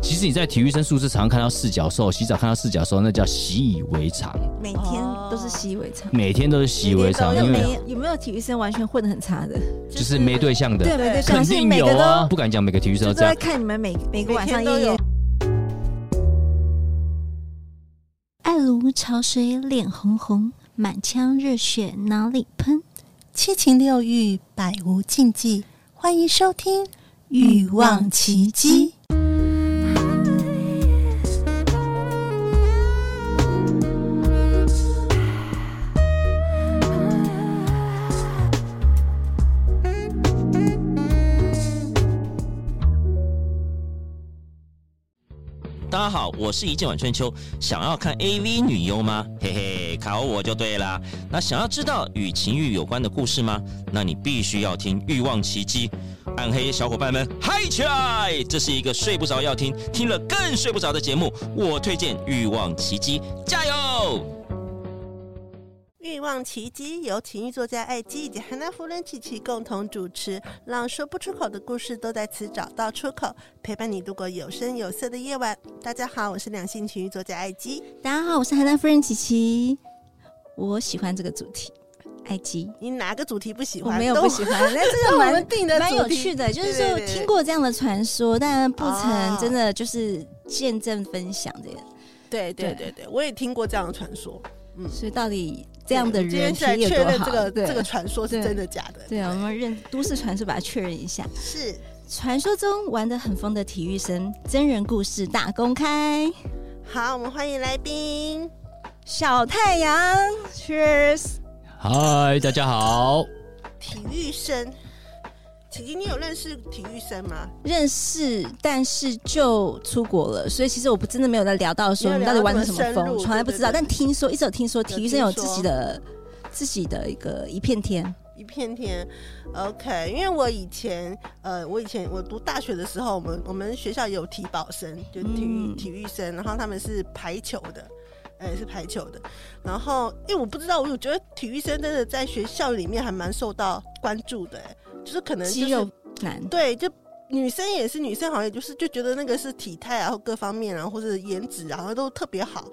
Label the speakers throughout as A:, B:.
A: 实你在体育生宿舍常常看到四脚兽，洗澡看到四脚兽，那叫习以为常，
B: 每天都是习以为常。
A: 每天都是习以为常，
B: 哦有
A: 因为
B: 没有没有体育生完全混得很差的？
A: 就是没对象的，
B: 对，没对
A: 肯
B: 象，是
A: 定
B: 每
A: 有
B: 个
A: 啊，
B: 都
A: 不敢讲每个体育生
B: 就
A: 都
B: 都
A: 这样
B: 在。看你们每每个
C: 每
B: 晚上夜
C: 天都有
B: 夜。
D: 爱如潮水，脸红红，满腔热血哪里喷？
E: 七情六欲，百无禁忌。欢迎收听《
D: 欲望奇迹》。
F: 大家好，我是一剑晚春秋。想要看 AV 女优吗？嘿嘿，考我就对啦。那想要知道与情欲有关的故事吗？那你必须要听《欲望奇迹》。暗黑小伙伴们嗨起来！这是一个睡不着要听，听了更睡不着的节目。我推荐《欲望奇迹》，加油！
C: 欲望奇迹由情欲作家艾姬以及汉娜夫人琪琪共同主持，让说不出口的故事都在此找到出口，陪伴你度过有声有色的夜晚。大家好，我是两性情欲作家艾姬。
B: 大家好，我是海南夫人琪琪，我喜欢这个主题，埃及。
C: 你哪个主题不喜
B: 我
C: 欢？
B: 没有不喜欢，但是
C: 都我
B: 蛮
C: 们定的
B: 蛮
C: 主
B: 有
C: 题
B: 趣的，就是
C: 对
B: 说
A: 啊
C: 对对
B: 听过这样的传说，但不曾
C: 哦
B: 真的就是见证分享这个。
C: 对对对对，我也听过这样的传说。
B: 所以到底这样的
C: 对今天
B: 人
C: 是来
B: 体有
C: 确
B: 多
C: 认
B: 好？
C: 这个
B: 对
C: 这个传说是
B: 对
C: 真的假的？
B: 对啊，我们认都市传说把它确认一下。
C: 是。
B: 传说中玩得很疯的体育生真人故事大公开，
C: 好，我们欢迎来宾。
B: 小太阳，Cheers！
A: 嗨，大家好，
C: 体育生，琪琪，你有认识体育生吗？
B: 认识，但是就出国了，所以其实我不真的没有在聊到说
C: 没有
B: 你
C: 聊
B: 到
C: 到
B: 底玩的什
C: 这么
B: 么
C: 深入
B: 疯，从来不知道。
C: 对对对
B: 但听说，一直有听说体育生有
C: 听说
B: 自己的自己的一个一片天，
C: 一片天，OK。因为我以前，呃，我以前我读大学的时候，我们我们学校有体保生，就体育、
B: 嗯
C: 体育生，然后他们是排球的，哎、是排球的。然后，因为我不知道，我有觉得体育生真的在学校里面还蛮受到关注的、哎就是可能、就是、
B: 肌肉男。
C: 对，就女生也是女生，好像也就是就觉得那个是体态啊，或各方面啊，或者颜值啊，好像都特别好。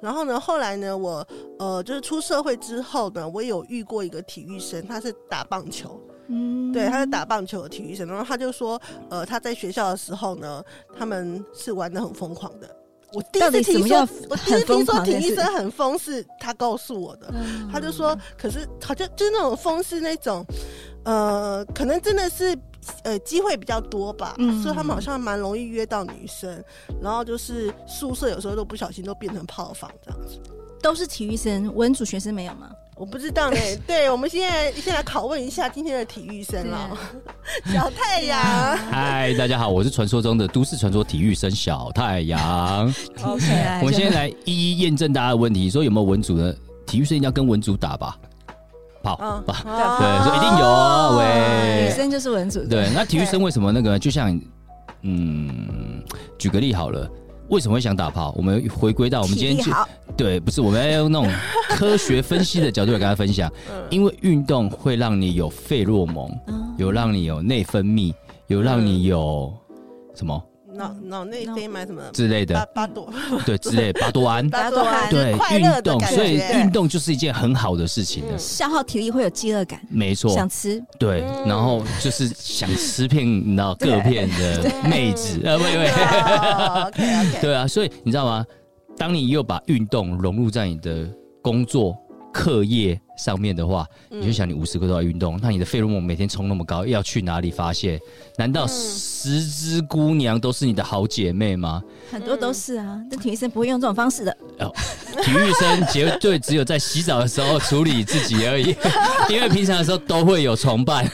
C: 然后呢，后来呢，我呃，就是出社会之后呢，我有遇过一个体育生，他是打棒球，
B: 嗯
C: 对，他是打棒球的体育生。然后他就说，呃，他在学校的时候呢，他们是玩的很疯狂的。我第
B: 到
C: 一
B: 底
C: 次
B: 什么
C: 听
B: 叫
C: 说，我第一
B: 很疯
C: 次听说
B: 狂
C: 体
B: 这件
C: 育
B: 事
C: 生很疯，是他告诉我的。
B: 嗯
C: 他就说，可是好像就是那种风是那种，呃，可能真的是呃机会比较多吧，
B: 嗯
C: 所以他们好像蛮容易约到女生，然后就是宿舍有时候都不小心都变成炮房这样子。
B: 都是体育生，文组学生没有吗？
C: 我不知 道呢，对我们现在现在拷问一下今天的体育生了， 小太阳，
A: 嗨，大家好，我是传说中的都市传说体育生小太阳。
B: 听 起来
A: 哦我们
B: 就
A: 现在来一一验证大家的问题，说有没有文组呢？体育生一定要跟文组打吧？跑
C: 嗯，
A: 吧，
C: 哦
A: 对，啊所以一定有啊，
B: 女
A: 喂。
B: 生就是文组的，
A: 对，那体育生为什么那个？就像，嗯，举个例好了，为什么会想打炮？我们回归到我们今天
B: 体力
A: 就
B: 好，
A: 对，不是我们要用那种科学分析的角度来跟大家分享，因为运动会让你有费洛蒙，
B: 嗯
A: 有让你有内分泌，有让你有什么
C: 脑脑内啡吗？什么
A: 之类
C: 八
A: 的，
C: 八朵
A: 对，之类的巴多胺。
C: 八朵
B: 巴
C: 汗，
A: 啊对
C: 就是快
A: 运
C: 乐的
A: 动，
C: 感
A: 所以
C: 觉，
A: 运动就是一件很好的事情
C: 嗯
A: 了，
B: 消耗体力会有饥饿感，
A: 没错。
B: 想吃。
A: 对，然后就是想吃片，你知道各片的妹子，呃，不不 不，
C: OK OK，
A: 对啊，所以你知道吗？当你又把运动融入在你的工作、课业上面的话，你就想你无时刻都要运动，那你的费洛蒙每天冲那么高，要去哪里发泄？难道十只姑娘都是你的好姐妹吗？
B: 很多都是啊，但体育生不会用这种方式的。
A: 体育生绝对只有在洗澡的时候处理自己而已，因为平常的时候都会有崇拜。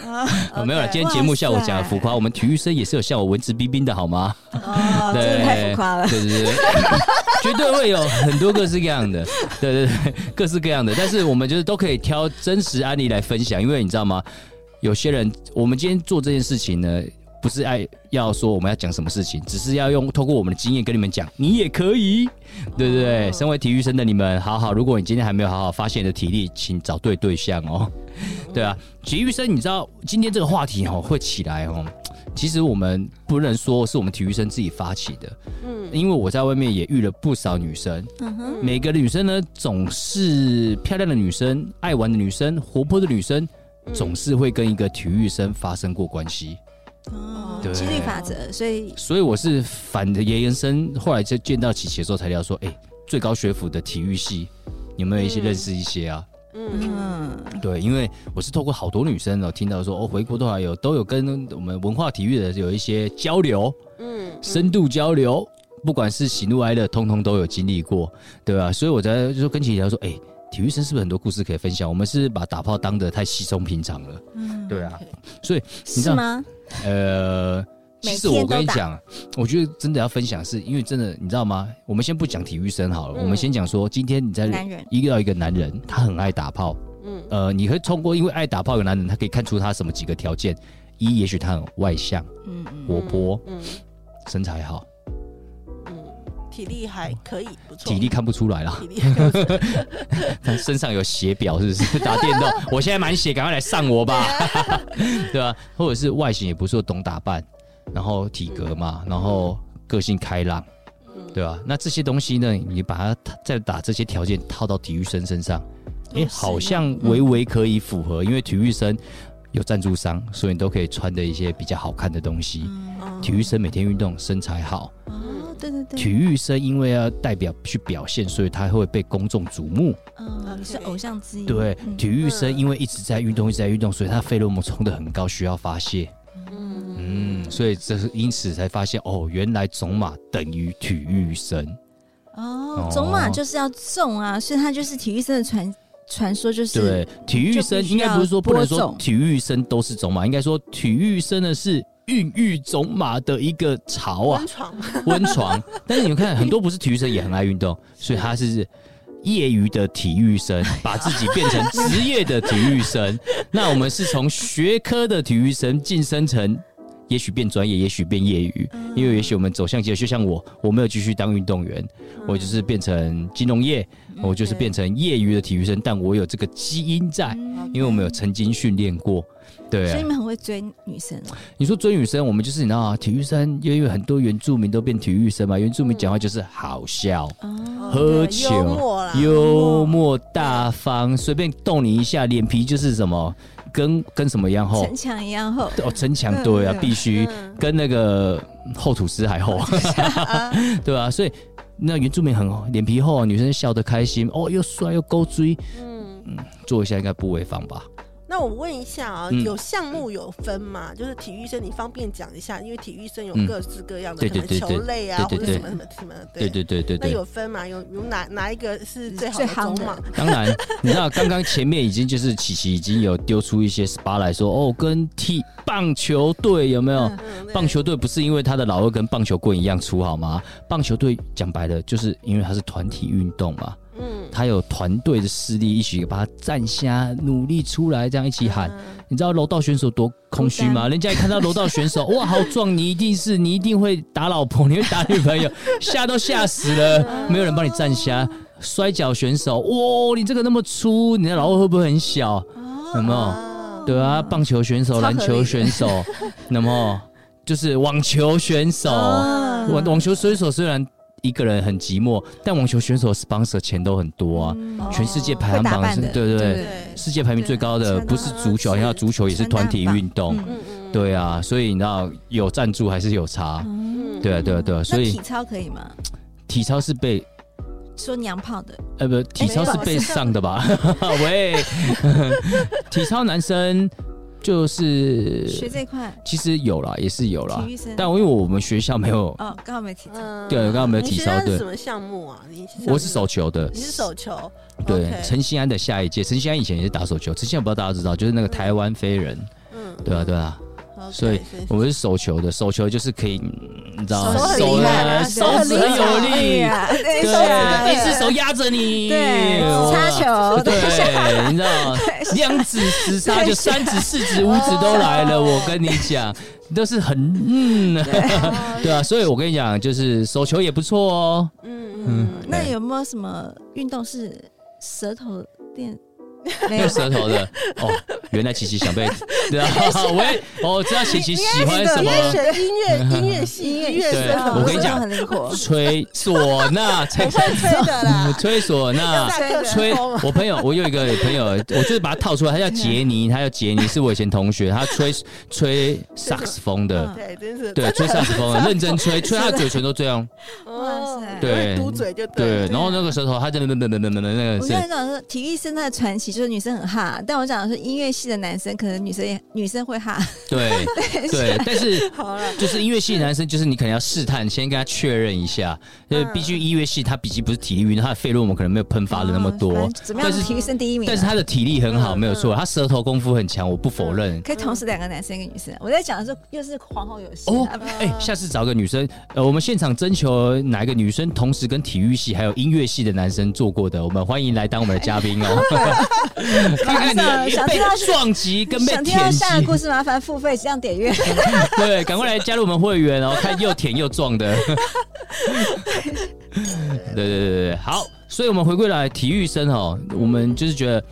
A: 哦没有了，今天节目效果讲的浮夸，我们体育生也是有像我文质彬彬的好吗？
B: 哦，真的太浮夸了。
A: 对对对，绝对会有很多各式各样的，对对对，各式各样的。但是我们就是都可以挑真实案例来分享，因为你知道吗？有些人，我们今天做这件事情呢，不是爱要说我们要讲什么事情，只是要用透过我们的经验跟你们讲，你也可以，对对对。身为体育生的你们，好好，如果你今天还没有好好发现你的体力，请找对对象哦。对啊，体育生，你知道今天这个话题哦会起来哦，其实我们不能说是我们体育生自己发起的，
C: 嗯
A: 因为我在外面也遇了不少女生，
B: 嗯哼，
A: 每个女生呢总是漂亮的女生、爱玩的女生、活泼的女生，
B: 嗯
A: 总是会跟一个体育生发生过关系。
B: 哦
A: 对
B: 几率法则，所以
A: 所以我是反的延伸，后来就见到琪琪的时候才聊说，哎、最高学府的体育系，你有没有一些
C: 嗯
A: 认识一些啊？
C: 嗯
B: 嗯，
A: 对，因为我是透过好多女生哦，听到说哦，回国的话有都有跟我们文化体育的有一些交流，
C: 嗯
A: 深度交流，不管是喜怒哀乐，通通都有经历过，对吧、所以我才就跟琪琪聊说，哎、体育生是不是很多故事可以分享？我们是把打炮当得太稀松平常了，对啊，你知
B: 嗯是
A: 道
B: 吗？
A: 呃，其
B: 每
A: 实
B: 天
A: 我跟你
B: 都打
A: 讲，我觉得真的要分享是，因为真的，你知道吗？我们先不讲体育生好了，
C: 嗯
A: 我们先讲说，今天你在
B: 男人
A: 遇到一个男人，他很爱打炮，
C: 嗯
A: 呃，你会通过因为爱打炮的男人，他可以看出他什么几个条件：一，也许他很外向、
B: 嗯嗯，
A: 活泼、
C: 嗯
A: 身材好，
C: 嗯，体力还可以，不错，
A: 体力看不出来啦，
C: 体力还不错，
A: 他身上有血表是不是？ 打电动，我现在满血，赶快来上我吧， 对吧、或者是外形也不错，懂打扮，然后体格嘛，然后个性开朗。
C: 嗯
A: 对吧、啊那这些东西呢，你把它再把这些条件套到体育生身上，哎、好像微微可以符合，因为体育生有赞助商，所以你都可以穿的一些比较好看的东西。
C: 嗯
A: 体育生每天运动，身材好。
B: 哦，对对
A: 体
B: 对，
A: 育生因为要代表去表现，所以他会被公众瞩目。
B: 嗯，你是
C: OK
B: 偶像之一，
A: 对，
B: 嗯
A: 体育生因为一直在运动，一直在运动，所以他费洛蒙冲得很高，需要发泄。
C: 嗯
A: 嗯，所以这是因此才发现哦，原来种马等于体育生。
B: 哦，种马就是要种啊，所以他就是体育生的传传说，就是
A: 对，体育生应该不是说不能说体育生都是种马，应该说体育生呢是孕育种马的一个巢啊
C: 温，床，
A: 温床。但是你们看，很多不是体育生也很爱运动，所以他是。业余的体育生把自己变成职业的体育生，那我们是从学科的体育生晋升成，也许变专业，也许变业余，因为也许我们走向就就像我，我没有继续当运动员，
C: 嗯
A: 我就是变成金融业，我就是变成业余的体育生，但我有这个基因在，
B: 嗯
A: 因为我们有曾经训练过，对、
B: 所
A: 啊
B: 以你。们很会追女生哦，
A: 你说追女生，我们就是你知道啊，体育生，因为很多原住民都变体育生嘛，原住
B: 嗯
A: 民讲话就是好笑、
C: 嗯
B: 哦，
A: 喝
C: 对幽
A: 酒、
C: 默
B: 嗯
C: 啦，
A: 幽默大方，随便动你一下，脸皮就是什么，跟跟什么一样厚
B: 城墙一样厚，
A: 哦，城墙对啊，
B: 嗯
A: 必须
C: 嗯
A: 跟那个厚土司还 厚，对啊，所以那原住民很脸皮厚啊，女生笑得开心哦，又帅又勾追，
C: 嗯，
A: 做一下应该不违法吧？
C: 那我问一下啊，
A: 嗯
C: 有项目有分吗？就是体育生，你方便讲一下，因为体育生有
A: 嗯
C: 各式各样的，
A: 对
C: 可能
A: 对对
C: 球
A: 对
C: 类啊，
A: 对
C: 或者
A: 对对
C: 什么什么什么的，
A: 对对对对
C: 那
A: 对。
C: 有分吗？有有哪哪一个是最好
B: 最
C: 的
B: 夯
C: 种
B: 的
C: 马？
A: 当然，你知道刚刚前面已经就是琪琪已经有丢出一些 SPA 来说哦，跟踢棒球队有没有？
C: 嗯对
A: 棒球队不是因为他的老二跟棒球棍一样粗好吗？棒球队讲白了就是因为它是团体运动嘛，
C: 嗯，
A: 他有团队的势力一起把它站下，努力出来，这样一起喊。
C: 嗯
A: 你知道柔道选手多空虚
B: 孤
A: 吗？
B: 单
A: 人家一看到柔道选 手，哇，好壮！你一定是你一定会打老婆，你会打女朋友，吓都吓死 了，没有人帮你站下。摔跤选手，哇，你这个那么粗，你的老二会不会很小？
B: 哦
A: 有没有？
C: 啊
A: 对啊，棒球选手、
B: 超合
A: 篮
B: 理的
A: 球选手， 那么就是网球选手，
B: 哦
A: 网网球选手虽然。一个人很寂寞，但网球选手 sponsor 钱都很多
B: 嗯
A: 啊，全世界排行
B: 哦会打
A: 榜
B: 扮
A: 是，
B: 的，
A: 对对对，
C: 嗯对，
A: 世界排名最高的
B: 对啊
A: 不是足球，
C: 穿搭
A: 因为它足球也是团体运动，
B: 嗯
C: 嗯嗯，
A: 对啊，所以你知道有赞助还是有差，
B: 嗯，
A: 对啊，对啊，对啊，所
B: 那
A: 以
B: 体操可以吗？
A: 体操是被
B: 说娘炮的，
A: 呃不，体操是被上的吧？ 喂，体操男生呃就是
B: 学这块，
A: 其实有啦，也是有啦
B: 体育生，
A: 但因为我们学校没有，
B: 哦，刚好没体操，
C: 嗯
A: 对刚刚没有
C: 你
A: 提
C: 现
A: 到
C: 在是
A: 对
C: 什么项目啊？你
A: 我是手，球的
C: 你，是手球，
A: 对，
C: OK
A: 陈欣安的下一届，陈欣安以前也是打手球，陈欣安不知道大家知道，就是那个台湾飞人，
C: 嗯，
A: 对啊，对啊。
C: OK，
A: 所以我们是手球的，手球就是可以，嗯你知道吗？
C: 手很
A: 手
C: 厉害
A: 呢
C: 啊
A: 手指很有力，
B: 啊，对
A: 对，一只手压着你，
B: 对，
A: 哇
B: 擦，球，
A: 对，你知道，两指十杀就三指、四指、五指都来了，我跟你讲，都是很嗯， 对啊，所以我跟你讲，就是手球也不错哦，
C: 嗯嗯，
B: 那有没有什么运动是舌头练？没
A: 没有舌头的哦，原来琪琪想被，对啊，我也我知道琪琪喜欢什么。
C: 选音乐、音乐系、音乐
A: 对啊
C: 社，
A: 我跟你讲
B: 很灵活，
A: 吹唢呐，吹，
C: 不会吹的 啦
A: 吹唢呐，
C: 大 个人
A: 吹
C: 风，
A: 我朋友，我有一个朋友，我就是把他套出来，他叫杰尼，他叫杰尼，是我以前同学，他吹吹萨克斯风的，
C: 对，嗯真是
A: 对，吹萨克斯风的，认真吹，吹他的嘴唇都这样，
C: 哇塞，
A: 对
C: 会嘟嘴就
A: 对，
C: 了
A: 然后那个舌头，他真的噔噔噔噔噔噔那个
B: 我跟
A: 是
B: 你讲说，体育生他的传奇就是女生很哈，但我讲的是音乐系的男生，可能女生也女生会哈。
A: 对对，但是
C: 好了，
A: 就是音乐系的男生，就是你可能要试探，先跟他确认一下，因为毕竟音乐系他毕竟不是体力运动，他的费洛蒙可能没有喷发的那么
B: 嗯哦反
A: 多
B: 正，怎么样
A: 但？是
B: 体育生第一名啊，
A: 但是他的体力很好，
C: 嗯
A: 没有错，他舌头功夫很强，我不否认。
B: 可以同时两个男生一个女生。我在讲的是又是皇后有戏
A: 哦
B: 啊，
A: 哎、下次找个女生，呃，我们现场征求哪一个女生同时跟体育系还有音乐系的男生做过的，我们欢迎来当我们的嘉宾哦。 看看你
B: 想
A: 被
B: 听到
A: 撞击跟被
B: 想听
A: 舔
B: 到
A: 击，
B: 下个故事，麻烦付费这样点阅。
A: 对，赶快来加入我们会员哦，看又舔又撞 的。对对对对对，好，所以我们回归来体育生哦，我们就是觉得，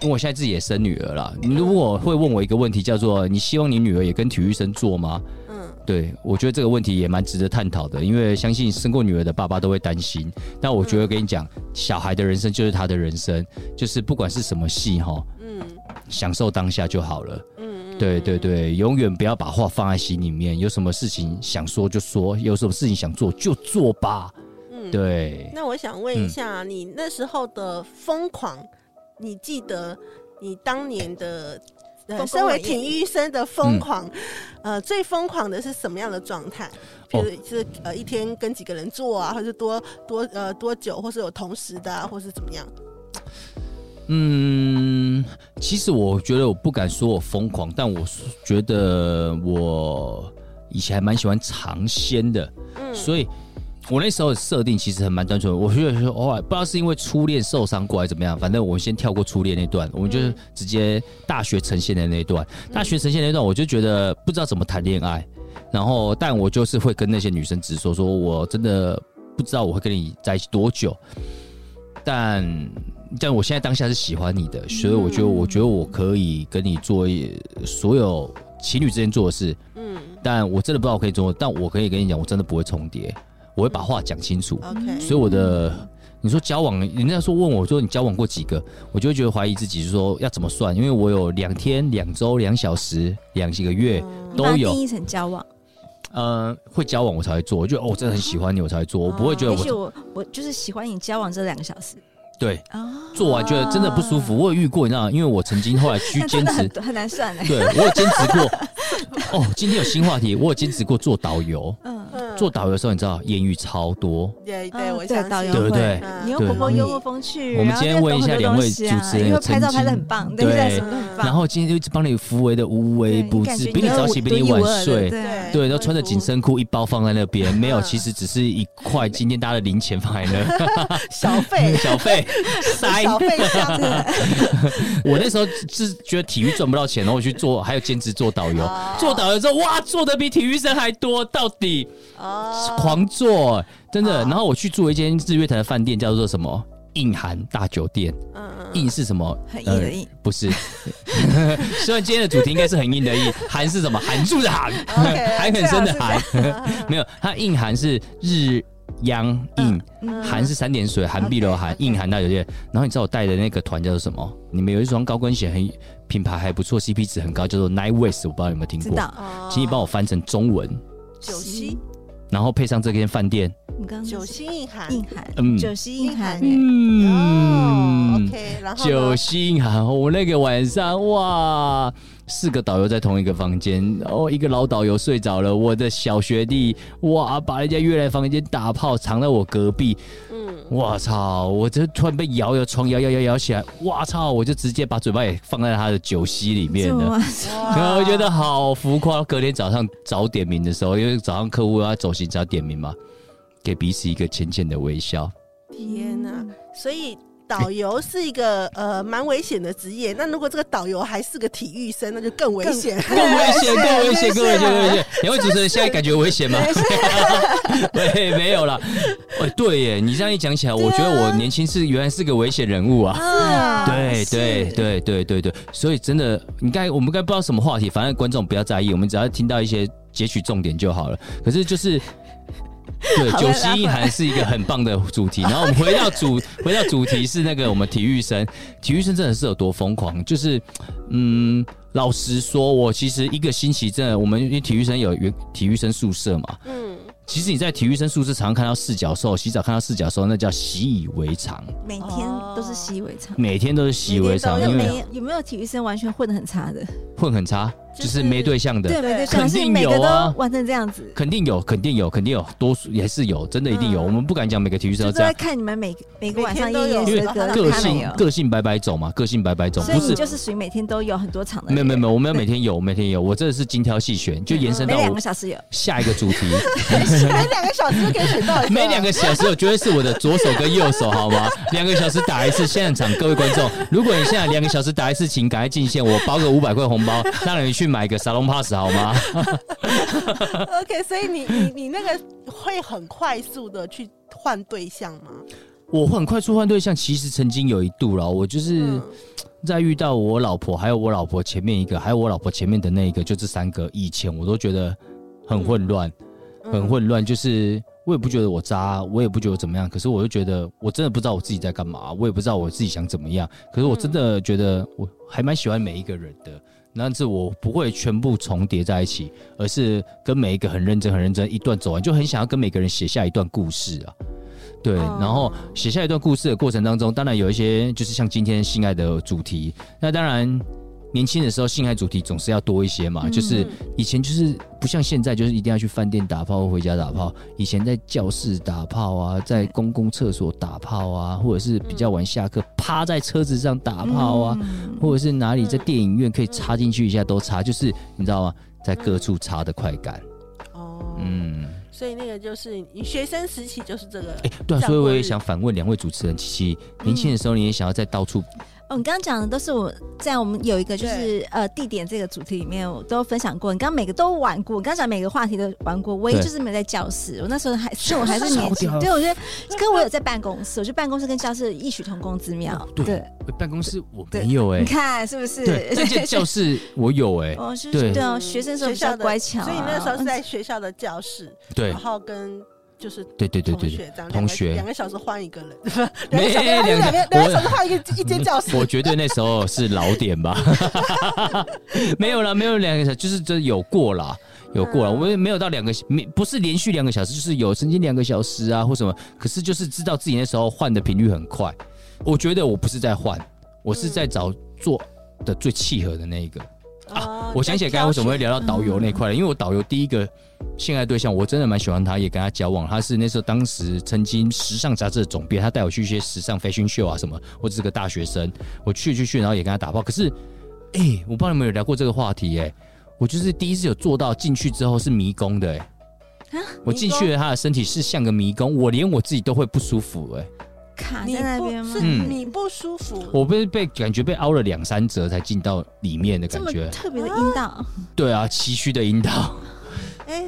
A: 因为我现在自己也生女儿了，你如果会问我一个问题，叫做你希望你女儿也跟体育生做吗？
C: 嗯，
A: 对，我觉得这个问题也蛮值得探讨的，因为相信生过女儿的爸爸都会担心。但我觉得跟你讲，小孩的人生就是他的人生，就是不管是什么戏哈，
C: 嗯
A: 享受当下就好了。
C: 嗯嗯，
A: 对对对，永远不要把话放在心里面，有什么事情想说就说，有什么事情想做就做吧。
C: 嗯。
A: 对，
C: 那我想问一下，
A: 嗯
C: 你那时候的疯狂，你记得你当年的？呃，
B: 疯狂
C: 身为体育生的疯狂，
A: 嗯
C: 呃，最疯狂的是什么样的状态？
A: 哦
C: 比如是呃，一天跟几个人做啊，或是多多呃多久，或是有同时的、啊，或是怎么样？
A: 嗯，其实我觉得我不敢说我疯狂，但我觉得我以前还蛮喜欢尝鲜的，
C: 嗯
A: 所以我那时候的设定其实还蛮单纯的。我觉得说，偶尔不知道是因为初恋受伤过还是怎么样，反正我们先跳过初恋那段，我们就直接大学呈现的那一段。大学呈现那段，我就觉得不知道怎么谈恋爱，然后但我就是会跟那些女生直说，说我真的不知道我会跟你在一起多久，但。但我现在当下是喜欢你的，所以我觉得，我觉得我可以跟你做一所有情侣之间做的事，
C: 嗯
A: 但我真的不知道我可以做，但我可以跟你讲，我真的不会重叠，我会把话讲清楚。
C: ，OK，
A: 所以我的，你说交往，人家说问我说你交往过几个，我就会觉得怀疑自己，就说要怎么算？因为我有两天、两周、两小时、两几个月
B: 你把它
A: 都有
B: 定，义成交往。
A: 呃，会交往我才会做。我觉得哦，我真的很喜欢你，我才会做，我不会觉得
B: 也许
A: 我
B: 我我就是喜欢你交往这两个小时
A: 对
B: 啊，
A: 做完觉得真的不舒服。我有遇过，你知道吗，因为我曾经后来去
B: 哦 那
A: 兼
B: 真的
A: 职
B: 很，很难算哎。
A: 对我有兼职过。 哦，今天有新话题，我有兼职过做导游。
B: 嗯，
C: 嗯
A: 做导游的时候，你知道艳遇超多。
C: 对对，
B: 嗯
C: 我相信嗯
B: 导游
A: 对不
B: 会嗯
A: 对
B: 你又
A: 对
B: 活泼幽默风趣，
A: 我们
B: 然后
A: 今天
B: 又懂
A: 问一下
B: 很多
A: 两位
B: 东西啊
A: 主持人
B: 因为
A: 有
B: 拍照
A: 成
B: 拍的
A: 绩
B: 很棒，对不对？
A: 对
B: 什么都很棒。
A: 然后今天就一直帮你扶为的无
B: 对
A: 微
B: 你
A: 不
B: 感
A: 至，
B: 觉
A: 比你
B: 有
A: 早起，比你晚睡。
B: 对啊
A: 对，
C: 对
A: 都穿着紧身裤，一包放在那边，没有，
C: 嗯
A: 其实只是一块今天大家的零钱放在那，
C: 小费
A: ，小费塞。
C: 小费箱，
A: 我那时候是觉得体育赚不到钱，然后我去做，还有兼职做导游。做导游之后，哇，做的比体育生还多，到底
C: 哦，
A: 狂做，真的。然后我去住一间日月潭的饭店，叫做什么？印韩大酒店，
C: 嗯嗯，
A: 印是什么？呃
B: 很硬的硬
A: 不是， 虽然今天的主题应该是很硬的硬，寒是什么？含住的寒，
C: OK，
A: 含很深的
C: 最好
A: 含
C: 是，
A: 没有，它硬寒是日央硬，寒是三点水，寒碧楼寒，硬寒大酒店。然后你知道我带的那个团叫做什么？你们有一双高跟鞋很品牌还不错，CP 值很高，叫做 Nine West，我不知道你有没有听
B: 知
A: 过，
B: 道，
C: 哦
A: 请你帮我翻成中文，
C: 九溪
A: 然后配上这间饭店，
B: 你刚刚
C: 九
B: 是
C: 溪硬涵，
B: 硬汉，
A: 嗯
B: 九溪硬汉，欸
C: 哦
A: 嗯。
C: ，OK，然后呢
A: 九星行，我那个晚上哇，四个导游在同一个房间，然后一个老导游睡着了，我的小学弟哇，把人家约来房间打炮，藏在我隔壁，
C: 嗯，
A: 我操！我这突然被摇摇床摇摇摇摇起来，我操！我就直接把嘴巴也放在他的酒席里面
B: 这么啊
A: 了。
B: 晚
A: 可
C: 哇
A: 我觉得好浮夸。隔天早上早点名的时候，因为早上客户要走行早点名嘛，给彼此一个浅浅的微笑。
C: 嗯天哪！所以导游是一个呃蛮危险的职业。那如果这个导游还是个体育生，那就更危 险。
A: 更危险，更危险，更危险，更危险！两位主持人现在感觉危险吗？ 没没有啦。哎，对耶，你这样一讲起来，我觉得我年轻是原来是个危险人物啊。
B: 啊
A: 对
B: 是
A: 对对对对对，所以真的，你该我们该不知道什么话题，反正观众不要在意，我们只要听到一些截取重点就好了。可是就是。对，
B: 好
A: 九
B: 了
A: 十一寒是一个很棒的主题。然后我们回到主， 回到主题是那个我们体育生，体育生真的是有多疯狂。就是，嗯，老实说，我其实一个星期真的，我们因为体育生有原体育生宿舍嘛，
C: 嗯，
A: 其实你在体育生宿舍常常看到四脚兽，洗澡看到四脚兽，那叫习以为常，
B: 每天都是习以为常。
A: 每天都是习以为常，
C: 每天
A: 因
C: 都
A: 为
B: 没有没有体育生完全混的很差的？
A: 混很差，
B: 就
A: 就是是没对象的，
B: 对，
A: 肯
B: 每个小
A: 定
B: 是每个
A: 有啊
B: 都玩成这样子，
A: 肯定有，肯定有，肯定有，多数也是有，真的一定有。
B: 嗯
A: 我们不敢讲每个体育生
B: 就
A: 都
B: 都
A: 这
B: 在
A: 样，
B: 看你们每每个晚上
C: 每天都
B: 夜夜
C: 有
B: 笙
A: 因为
B: 歌，
A: 个
B: 他没
A: 性
B: 有，
A: 个性百百种嘛，个性百百种，
B: 所以
A: 不
B: 你
A: 是
B: 就是属于每天都有很多场的人。
A: 没有没有没有，我们要每天有，我们每天有，我真的是精挑细选，就延伸
B: 每
A: 到
B: 两
A: 我
B: 个小嗯时有。
A: 下一个主 题。
C: 每两个小时就可以选到一个。
A: 每两个小时，我觉得是我的左手跟右手，好吗？两个小时打一次，现场各位观众，如果你现在两个小时打一次，请赶快进线，我包个五百块红包，让你去买个沙龙 pass 好吗？
C: OK，所以你你你那个会很快速的去换对象吗？
A: 我很快速换对象，其实曾经有一度了，我就是。
C: 嗯
A: 在遇到我老婆，还有我老婆前面一个，还有我老婆前面的那一个，就这三个，以前我都觉得很混乱，很。
C: 嗯
A: 混乱。就是我也不觉得我渣，我也不觉得我怎么样，可是我就觉得我真的不知道我自己在干嘛，我也不知道我自己想怎么样。可是我真的觉得我还蛮喜欢每一个人
C: 嗯
A: 的。但是我不会全部重叠在一起，而是跟每一个很认真、很认真一段走完，就很想要跟每个人写下一段故事啊。对，
C: 哦
A: 然后写下一段故事的过程当中，当然有一些就是像今天性爱的主题。那当然，年轻的时候性爱主题总是要多一些嘛，就是以前就是不像现在，就是一定要去饭店打炮或回家打炮。以前在教室打炮啊，在公共厕所打炮啊，或者是比较晚下课趴在车子上打炮
B: 嗯
A: 啊，或者是哪里在电影院可以插进去一下都插，就是你知道吗？在各处插的快感，
C: 哦，
A: 嗯，
C: 所以那个就是你学生时期就是这个
A: 哎、对啊，
C: 这样
A: 所以我
C: 过
A: 也
C: 日
A: 想反问两位主持人，琪琪，年轻的时候你也想要在到处
B: 哦，你刚刚讲的都是我在我们有一个就是呃地点这个主题里面，我都分享过。你刚刚每个都玩过，你刚刚讲每个话题都玩过，唯一
A: 对
B: 就是没有在教室。我那时候还是我还是 年轻
A: 屌，
B: 对我觉得跟我有在办公室，我觉得办公室跟教室异曲同工之妙。嗯对，
A: 哦办公室我
B: 对
A: 没有哎、
B: 你看是不是？
A: 对，但是教室我有哎、
B: 哦，是
A: 对
B: 对啊，学生时候比较
C: 的
B: 乖巧啊，
C: 所以你那时候是在学校的教室，
A: 对
C: 然后跟就是
A: 对对对
C: 同
A: 对
C: 学
A: 对，
C: 这样，
A: 同学
C: 两个小时换一个人， 两
A: 没
C: 个小时
A: 哎
C: 还是两个
A: 两
C: 两
A: 个嗯
C: 个小时换一个 一间教室。
A: 我绝对那时候是老点吧，没有啦，没有两个小时，就是这有过啦，有过啦，我也没有到两个，没不是连续两个小时，就是有曾经两个小时啊或什么，可是就是知道自己那时候换的频率很快，我觉得我不是在换，我是在找做的最契合的那一个。
C: 哦
A: 我想起来刚刚为什么会？聊到导游那块了，因为我导游第一个性爱对象，我真的蛮喜欢他，也跟他交往。他是那时候当时曾经时尚杂志的总编，他带我去一些时尚 fashion show 啊什么。我只是个大学生，我去去去，然后也跟他打炮。可是，哎、我不知道你们有聊过这个话题哎、我就是第一次有做到进去之后是迷宫的哎、我进去了他的身体是像个迷宫，我连我自己都会不舒服哎、
B: 卡
C: 你
B: 在那边
C: 不
B: 吗
C: 是？
A: 嗯
C: 你不舒服，
A: 我被被感觉被凹了两三折才进到里面的
B: 这
A: 感
B: 么
A: 觉。
B: 特别的阴道，
A: 对啊，崎岖的引导。
C: 哎，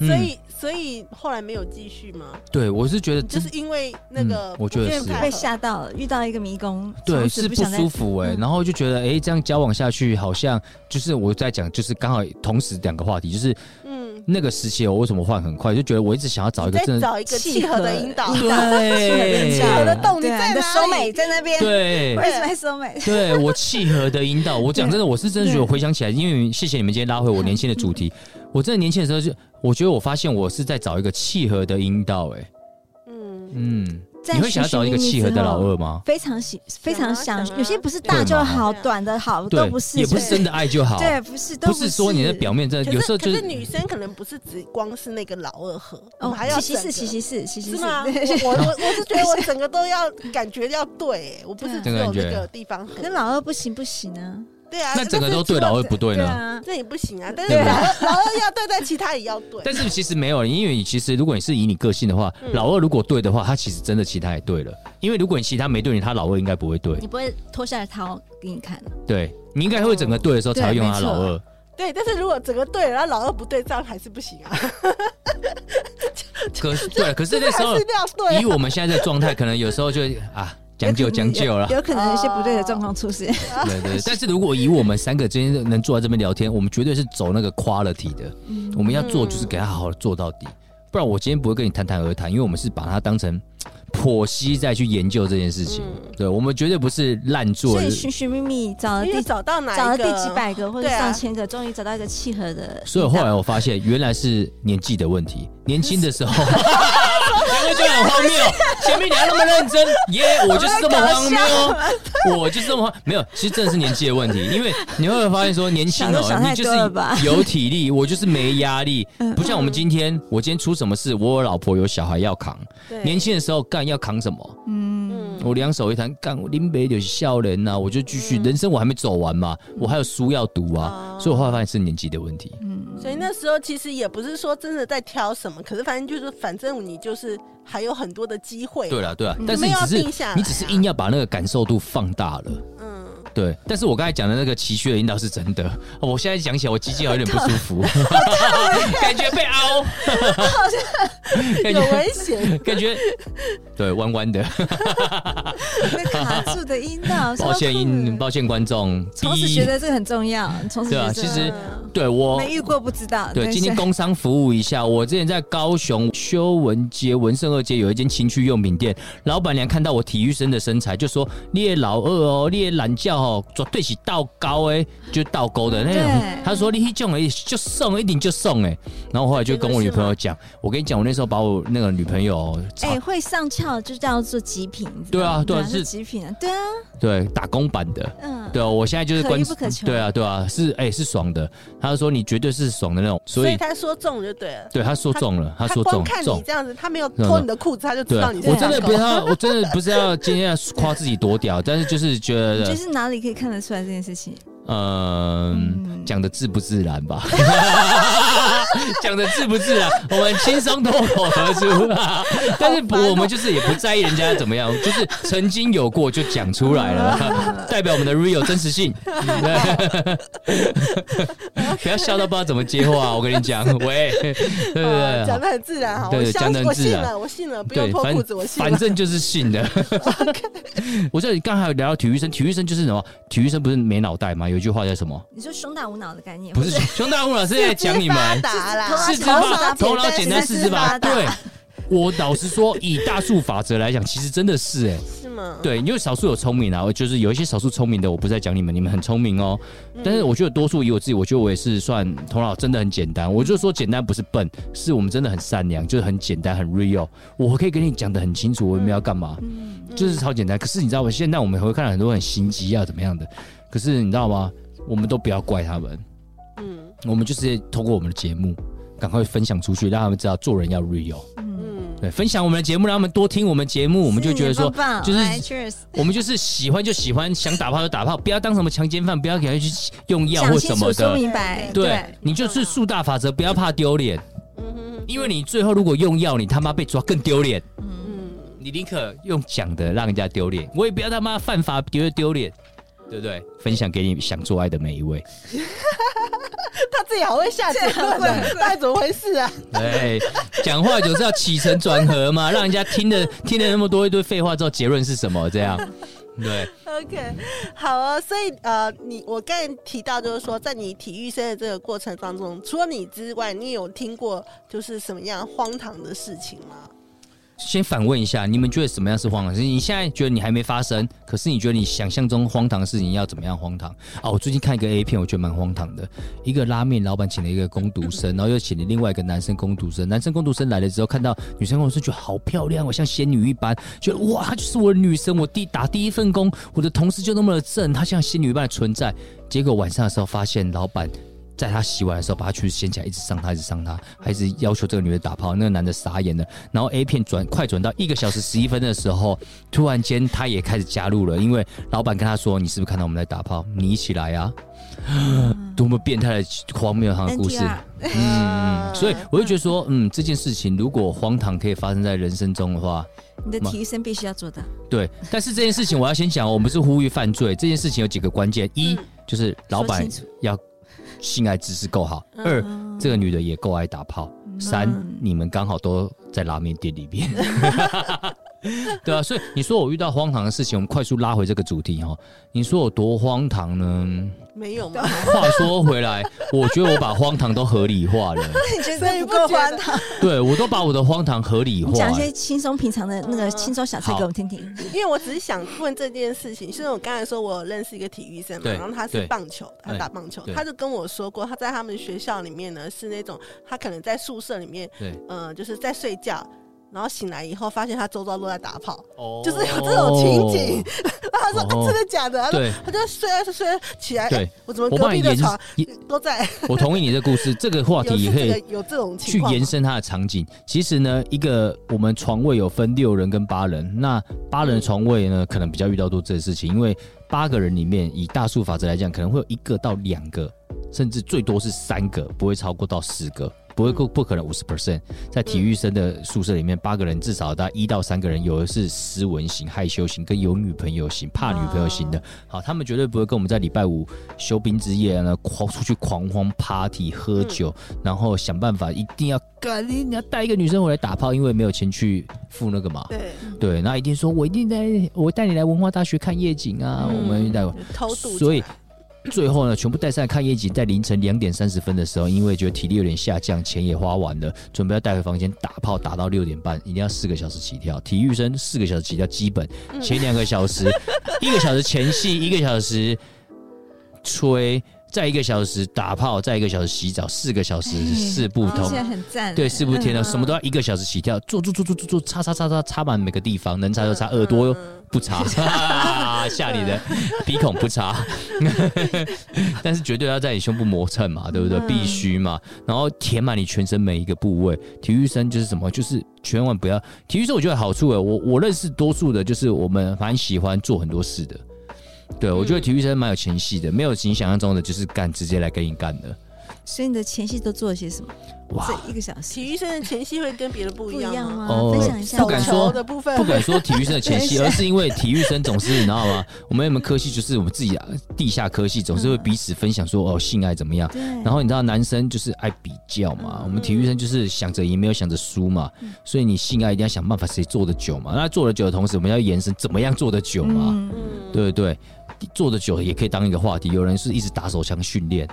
A: 嗯
C: 所以所以后来没有继续吗？
A: 对，我是觉得
C: 就
A: 真
C: 是因为那个
A: 嗯，我觉得
C: 不
A: 是
C: 太合
B: 被吓到了，遇到一个迷宫，
A: 对，
B: 从此
A: 是不
B: 不想再
A: 舒服哎、
B: 嗯
A: 然后就觉得哎、这样交往下去好像就是我在讲，就是刚好同时两个话题，就是
C: 嗯，
A: 那个时期我为什么换很啊快，就觉得我一直想要找一个
C: 再
A: 真的
C: 找一个契合的引
A: 嗯
C: 导，
A: 对
C: 契合的动力
B: 对啊
C: 在
B: 你的
C: 哪
B: 收美
C: 里？
B: 在那边，
A: 对
B: 为什么还收美？
A: 对我契合的引导，我讲真的，我是真的觉得我回想起来，因为谢谢你们今天拉回我年轻的主题，我真的年轻的时候就我觉得我发现我是在找一个契合的引导哎、
C: 嗯，
A: 嗯，
B: 在
A: 你会想要找一个契合的老二吗？
B: 非常喜，非常想
C: 想啊，
B: 有些不是大就好，
C: 对嘛
B: 短的好都
A: 对
B: 不，是，
A: 也不是真的爱就好，
B: 对，不是，都
A: 不是说你的表面真的，
C: 可
A: 嗯有时
C: 是
A: 候
C: 可
A: 就是
C: 女生可能不是只光是那个老二合，我们还要
B: 哦，其实
C: 整
B: 是，
C: 个
B: 其实是，其实
C: 是
B: 是，
C: 吗？
B: 对
C: 我我我我是觉得我
B: 嗯
C: 整个都要感觉要对，哎我不是只有那
A: 对啊
C: 个地方合
B: 可是老二不行不行啊，
C: 对啊，
A: 那整个都对
C: 了，
A: 老二不对呢？
B: 啊，
C: 这你不行啊。但是
A: 对不对
C: 老二老二要对，但其他也要对。
A: 但是其实没有，因为你其实如果你是以你个性的话，
C: 嗯
A: 老二如果对的话，他其实真的其他也对了。因为如果你其他没对你，他老二应该不会对
C: 嗯
B: 你。不会脱下来掏给你看，
A: 对你应该会整个对的时候才会用他老二。
C: 对，但是如果整个对了，然后老二不对，这样还是不行啊。
A: 可是 对，可是那时
C: 还
A: 候
C: 是要对啊
A: 以我们现在的状态，可能有时候就啊讲究讲究了。
B: 有可能有一些不对的状况出现。
A: 对对，但是如果以我们三个今天能坐在这边聊天，我们绝对是走那个 quality 的，我们要做就是给他好好的做到底，不然我今天不会跟你谈谈而谈，因为我们是把它当成剖析再去研究这件事情，对我们绝对不是烂做
B: 所
A: 的
B: 以。寻寻觅觅找了
C: 因为
B: 第
C: 找到哪一
B: 找了
C: 个
B: 第几百个或者
C: 对啊
B: 上千个，终于找到一个契合的。
A: 所以后来我发现，原来是年纪的问题。年轻的 时候，两个就很荒谬。前面你还那么认真，耶、我就是这么荒谬，我就是这么荒没有。其实真的是年纪的问题，因为你会发现说，年轻
B: 想
A: 哦
B: 都想，太
A: 你就
B: 多了吧
A: 是有体力，我就是没压 力，不像我们今天，我今天出什么事，我有老婆有小孩要扛。
C: 对
A: 年轻的时候干要扛什么？
B: 嗯，
A: 我两手一摊，干我林北有笑人呐，我就继续，
C: 嗯
A: 人生我还没走完嘛，我还有书要读啊
C: 哦，
A: 所以我后来发现是年纪的问题。
C: 所以那时候其实也不是说真的在挑什么，可是反正就是反正你就是还有很多的机会。
A: 对了，对了，但是
C: 没
A: 你
C: 有
A: 只
C: 定下
A: 是
C: 来啊
A: 你只是硬要把那个感受度放大了，
C: 嗯，
A: 对。但是我刚才讲的那个崎岖的引导是真的，哦我现在讲起来我鸡鸡有点不舒服，
C: 啊
A: 感觉被凹，感
C: 有
A: 觉
C: 危险。
A: 感觉对弯弯的，
B: 被卡住的阴 道，
A: 抱歉因
B: 阴，
A: 抱歉观众，
B: 从此觉得这个很重要，从此
A: 对
B: 觉
A: 啊，
B: 得
A: 其实
C: 嗯
A: 对我
B: 没遇过不知道。
A: 对，今天工商服务一下。我之前在高雄修文街、文盛二街有一间情趣用品店，老板娘看到我体育生的身材，就说：“列老二哦，列懒觉哦，绝对是倒高哎，就倒勾的那种
B: 对。”
A: 她说：“你那种哎，就送一定就送哎。”然后后来就跟我女朋友讲：“我跟你讲，我那时候把我那个女朋友
B: 哎、
A: 吵，
B: 会上翘就叫做极品，你知
A: 对啊
B: 道吗
A: 对啊是
B: 是极品啊，对啊，
A: 对打工版的。”
B: 嗯，
A: 对啊，我现在就是
B: 可
A: 关
B: 遇不可求
A: 对啊，对啊，是哎、是爽的。她说你绝对是爽的那种，所
C: 所
A: 以
C: 以他说中就对了。
A: 对她说中了，她说
C: 光
A: 中
C: 看
A: 中
C: 你。这样子，他没有
A: 中
C: 脱你的裤子，他就知
A: 对啊
C: 道你，是
A: 我真的
C: 上钩
A: 不是要，我真的不是要今天要夸自己多屌，但是就是觉
B: 你就
A: 得，
B: 是哪里可以看得出来这件事情？
A: 嗯，讲的自不自然吧， 讲的自不自然，我们轻松脱口而出，但是不，我们就是也不在意人家怎么样，就是曾经有过就讲出来了，代表我们的 real 真实性，对 不要笑到不知道怎么接话，我跟你讲，喂，对对啊
C: 哦
A: 对，
C: 讲的很自然哈，
A: 对
C: 我
A: 对
C: 相
A: 讲得很
C: 信我
A: 自
C: 信
A: 然
C: 了，我信了，不用
A: 对，
C: 脱
A: 反
C: 裤子，我信
A: 反
C: 了。
A: 正就是信的。 我知道你刚才有聊到体育生，体育生就是什么？体育生不是没脑袋吗？有一句话叫什么？
B: 你说胸大无脑的概念，
A: 不是熊大悟老师在讲你们
C: 发达啦，
A: 四肢发头脑简单，四肢发达。对，我老实说，以大数法则来讲，其实真的是哎、
C: 是吗？
A: 对，因为少数有聪明啊，就是有一些少数聪明的，我不是在讲你们，你们很聪明哦。但是我觉得多数以我自己，我觉得我也是算头脑真的很简单。我就说简单不是笨，是我们真的很善良，就是很简单很 real。我可以跟你讲的很清楚，我们要干嘛，就是超简单。可是你知道吗？现在我们会看到很多很心机啊怎么样的，可是你知道吗？我们都不要怪他们，
C: 嗯
A: 我们就是通过我们的节目。赶快分享出去，让他们知道做人要 real。
C: 嗯，
A: 对，分享我们的节目，让他们多听我们节目，我
B: 我
A: 们就觉得说，就是
B: 来哎 cheers，
A: 我们就是喜欢就喜欢，想打炮就打炮，不要当什么强奸犯，不要给他去用药
B: 讲
A: 或
B: 清
A: 什
B: 楚
A: 么
B: 说
A: 的。
B: 明白，
A: 对，你就是树大法则，不要怕丢脸，
C: 嗯
A: 因为你最后如果用药，你他妈被抓更丢脸。
C: 嗯，
A: 你宁可用讲的让人家丢脸，我也不要他妈犯法觉得丢脸，对不对？分享给你想做爱的每一 位。
C: 他自己好会下结论的，到底怎么回事啊？
A: 对，哎讲话就是要起承转合嘛，让人家听了听了那么多一堆废话之后，结论是什么？这样，对
C: OK，好哦，所以呃，你我刚才提到就是说，在你体育生的这个过程当中，除了你之外，你有听过就是什么样荒唐的事情吗？
A: 先反问一下，你们觉得什么样是荒唐？事？你现在觉得你还没发生，可是你觉得你想象中荒唐的事情要怎么样荒唐啊？我最近看一个 A 片，我觉得蛮荒唐的。一个拉面老板请了一个工读生，然后又请了另外一个男生工读生。男生工读生来了之后，看到女生工读生觉得好漂亮哦，像仙女一般，觉得哇，她就是我的女神。我第打第一份工，我的同事就那么的正，她像仙女一般的存在。结果晚上的时候，发现老板在他洗碗的时候把他裙子掀起来，一直上他，一直上他，还是要求这个女的打炮，那个男的傻眼了。然后 A 片转快转到一个小时十一分的时候，突然间他也开始加入了，因为老板跟他说：“你是不是看到我们在打炮？你一起来啊！”多么变态的荒谬的故事。
B: NTR
A: 嗯，所以我就觉得说，嗯，这件事情如果荒唐可以发生在人生中的话，
B: 你的体育生必须要做到。
A: 对。但是这件事情我要先讲哦，我们是呼吁犯罪。这件事情有几个关键：一、就是老板
B: 嗯说清嗯
A: 要性爱知识够好；二、这个女的也够爱打炮；三、你们刚好都在拉面店里 面。对啊，所以你说我遇到荒唐的事情，我们快速拉回这个主题哦。你说我多荒唐呢？
C: 没有 吗？
A: 话说回来，我觉得我把荒唐都合理化了。
B: 你觉
C: 所以
B: 得不
C: 不
B: 够
C: 觉
B: 荒
C: 得
B: 唐？
A: 对，我都把我的荒唐合理
B: 你
A: 化。
B: 讲一些轻松平常的那个轻松小事
A: 好
B: 给我们听听。
C: 因为我只是想问这件事情，是我刚才说我认识一个体育生嘛，
A: 对
C: 然后他是
A: 对
C: 棒球的，他
A: 对
C: 打棒球，
A: 对
C: 他就跟我说过，他在他们学校里面呢是那种他可能在宿舍里面，
A: 对，
C: 呃，就是在睡觉，然后醒来以后发现他周遭都在打炮，
A: 哦
C: 就是有这种情景。 然后他说、
A: 哦
C: 啊真的假的？他说
A: 对，
C: 他就睡啊睡睡起来，
A: 对
C: 哎我怎么
A: 我
C: 隔
A: 帮
C: 壁
A: 你
C: 的
A: 延
C: 床
A: 延，
C: 都在？
A: 我同意你的故事，这个话
C: 有
A: 题也
C: 是
A: 可
C: 这
A: 以
C: 个有这种情
A: 去
C: 况吗
A: 延伸它的场景。其实呢，一个我们床位有分六人跟八人，那八人的床位呢，可能比较遇到多这个事情，因为八个人里面，以大数法则来讲，可能会有一个到两个，甚至最多是三个，不会超过到四个。不会够，不可能五十 percent。在体育生的宿舍里面，八个人至少大概一到三个人，有的是斯文型、害羞型，跟有女朋友型、怕女朋友型的。好，他们绝对不会跟我们在礼拜五休兵之夜呢，狂出去狂欢 party 喝酒，
C: 嗯
A: 然后想办法一定要干，你你要带一个女生回来打炮，因为没有钱去付那个嘛。
C: 对，
A: 对，那一定说我一定带我带你来文化大学看夜景啊，
C: 嗯
A: 我们带。
C: 偷渡，
A: 所以最后呢，全部带上来看夜景，在凌晨两点三十分的时候，因为觉得体力有点下降，钱也花完了，准备要带回房间打炮，打到六点半，一定要四个小时起跳。体育生四个小时起跳基本，前两个小时，一个小时前戏，一个小时吹。再一个小时打炮，再一个小时洗澡，四个小时四步
B: 听
A: 通
B: 起，来很赞。
A: 对，四步天哦了，什么都要一个小时起跳，做做做做做做，擦擦擦擦擦满每个地方，能擦就擦，
C: 嗯
A: 耳朵不擦， 吓你的，鼻孔不擦，但是绝对要在你胸部磨蹭嘛，对不对？必须嘛，然后填满你全身每一个部位。体育生就是什么，就是千万不要体育生，我觉得好处诶，欸我我认识多数的，就是我们蛮喜欢做很多事的。对，我觉得体育生蛮有前戏的，没有你想象中的，就是干直接来跟你干的。
B: 所以你的前戏都做了些什么？
A: 哇，
B: 这一个小时
C: 体育生的前戏会跟别的不
B: 不
C: 一
B: 一
C: 样啊
B: 样啊
C: 吗？
B: 吗？
A: 哦
B: 分享一下吧。
A: 不敢
C: 手
A: 说
C: 球的 部分
A: 不敢说体育生的前戏，
B: 等一
A: 而是因为体育生总是你知道吗？我们我们科系就是我们自己啊，地下科系，总是会彼此分享说哦性爱怎么样。
B: 对，嗯
A: 然后你知道男生就是爱比较嘛，我们体育生就是想着赢没有想着输嘛，所以你性爱一定要想办法谁做的久嘛。那做的久的同时，我们要延伸怎么样做的久嘛？
B: 嗯
A: 对对对，做的久也可以当一个话题。有人是一直打手枪训练，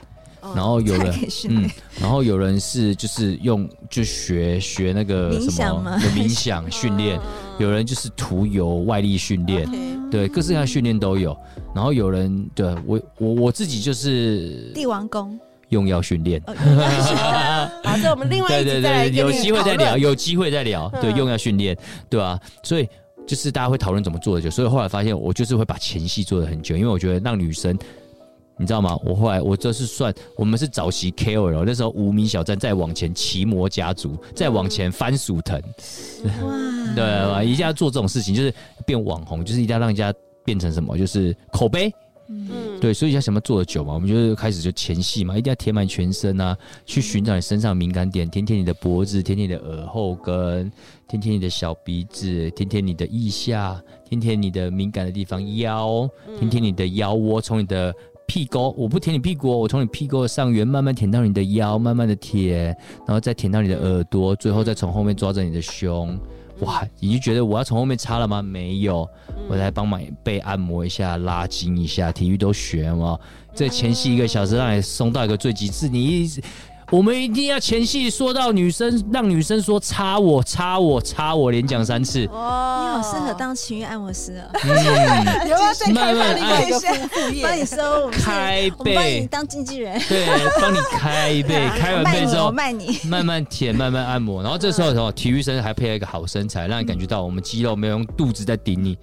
A: 然后有人
B: 太可哦训
A: 嗯
B: 练，
A: 然后有人是就是用就学学那个
B: 冥
A: 什
B: 想
A: 么
B: 吗哦
A: 有冥想训
C: 嗯
A: 练，有人就是涂油外力训
C: 啊
A: 练，对，各式各样的训练都有。然后有人对我我我自己就是
B: 帝王哦宫。
A: 用药训 练，
C: 好，这我们另外
A: 对
C: 一集
A: 对
C: 再来
A: 对，
C: 跟
A: 有
C: 你
A: 机会再
C: 讨
A: 聊，
C: 论
A: 有机会再聊，对，
C: 嗯
A: 用药训练，对啊，所以。就是大家会讨论怎么做的久，所以后来发现我就是会把前戏做的很久，因为我觉得让女生，你知道吗？我后来我这是算我们是早期 KOL，那时候无名小站再往前奇摩家族，再往
C: 嗯
A: 前番薯藤，
B: 哇，
A: 对吧？一定要做这种事情，就是变网红，就是一定要让人家变成什么，就是口碑。
C: 嗯，
A: 对，所以要什么做的久嘛，我们就是开始就前戏嘛，一定要填满全身啊，去寻找你身上的敏感点，舔舔你的脖子，舔舔你的耳后根，舔舔你的小鼻子，舔舔你的腋下，舔舔你的敏感的地方腰，
C: 嗯
A: 舔舔你的腰窝，从你的。屁沟，我不舔你屁股哦，我从你屁股的上缘慢慢舔到你的腰，慢慢的舔，然后再舔到你的耳朵，最后再从后面抓着你的胸。哇，你就觉得我要从后面插了吗？没有，我来帮忙被按摩一下、拉筋一下，体育都学嘛。这前戏一个小时让你松到一个最极致，你一我们一定要前戏说到女生，让女生说插我、插我、插我，连讲三次。
B: 你
C: 哇
B: 好适合当情欲按摩师哦，
A: 嗯，
C: 你要不要再开发另外一个
B: 慢慢
C: 副副业
B: 帮？你收，哦我们是
A: 开
B: 我们帮你
A: 背，
B: 当经纪人，
A: 对，帮你开一背，开完
B: 卖
A: 背
B: 你，
A: 之
B: 我
A: 后。
B: 卖你。
A: 慢慢舔，慢慢按摩，然后这
C: 嗯
A: 时候的时候，体育生还配了一个好身材，让你感觉到我们肌肉没有用肚子在顶你，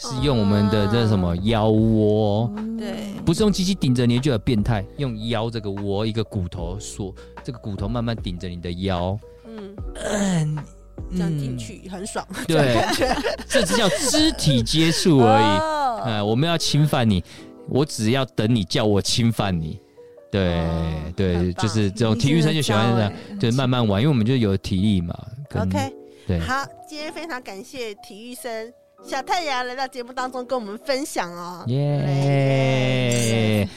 A: 是用我们的这什么腰窝，
C: 对，
A: 不是用机器顶着你就很变态，用腰这个窝一个骨头锁，这个骨头慢慢顶着你的 腰，
C: 嗯，这样进
A: 嗯，
C: 去很爽，
A: 对，这只叫肢体接触而已。
C: 已。
A: 呃，我们要侵犯你，我只要等你叫我侵犯你。对、
C: 哦
A: 对，
C: 很棒
A: 就是这种体育生就喜欢这样，就是慢慢玩，因为我们就有体力嘛。跟
C: OK，
A: 对，
C: 好，今天非常感谢体育生小太阳来到节目当中跟我们分享哦。
A: 嗯耶、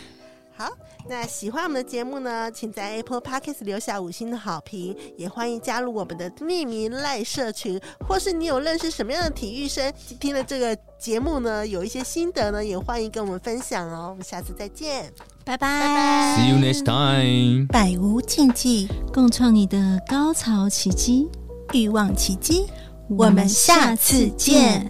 C: 好，那喜欢我们的节目呢，请在 Apple Podcast 留下五星的好评，也欢迎加入我们的匿名赖社群，或是你有认识什么样的体育生，听了这个节目呢，有一些心得呢，也欢迎跟我们分享哦。我们下次再见。
D: 拜拜
A: s e e you next time。
E: 百无禁忌，
D: 共创你的高潮奇迹，
E: 欲望奇迹。
D: 我们下次见。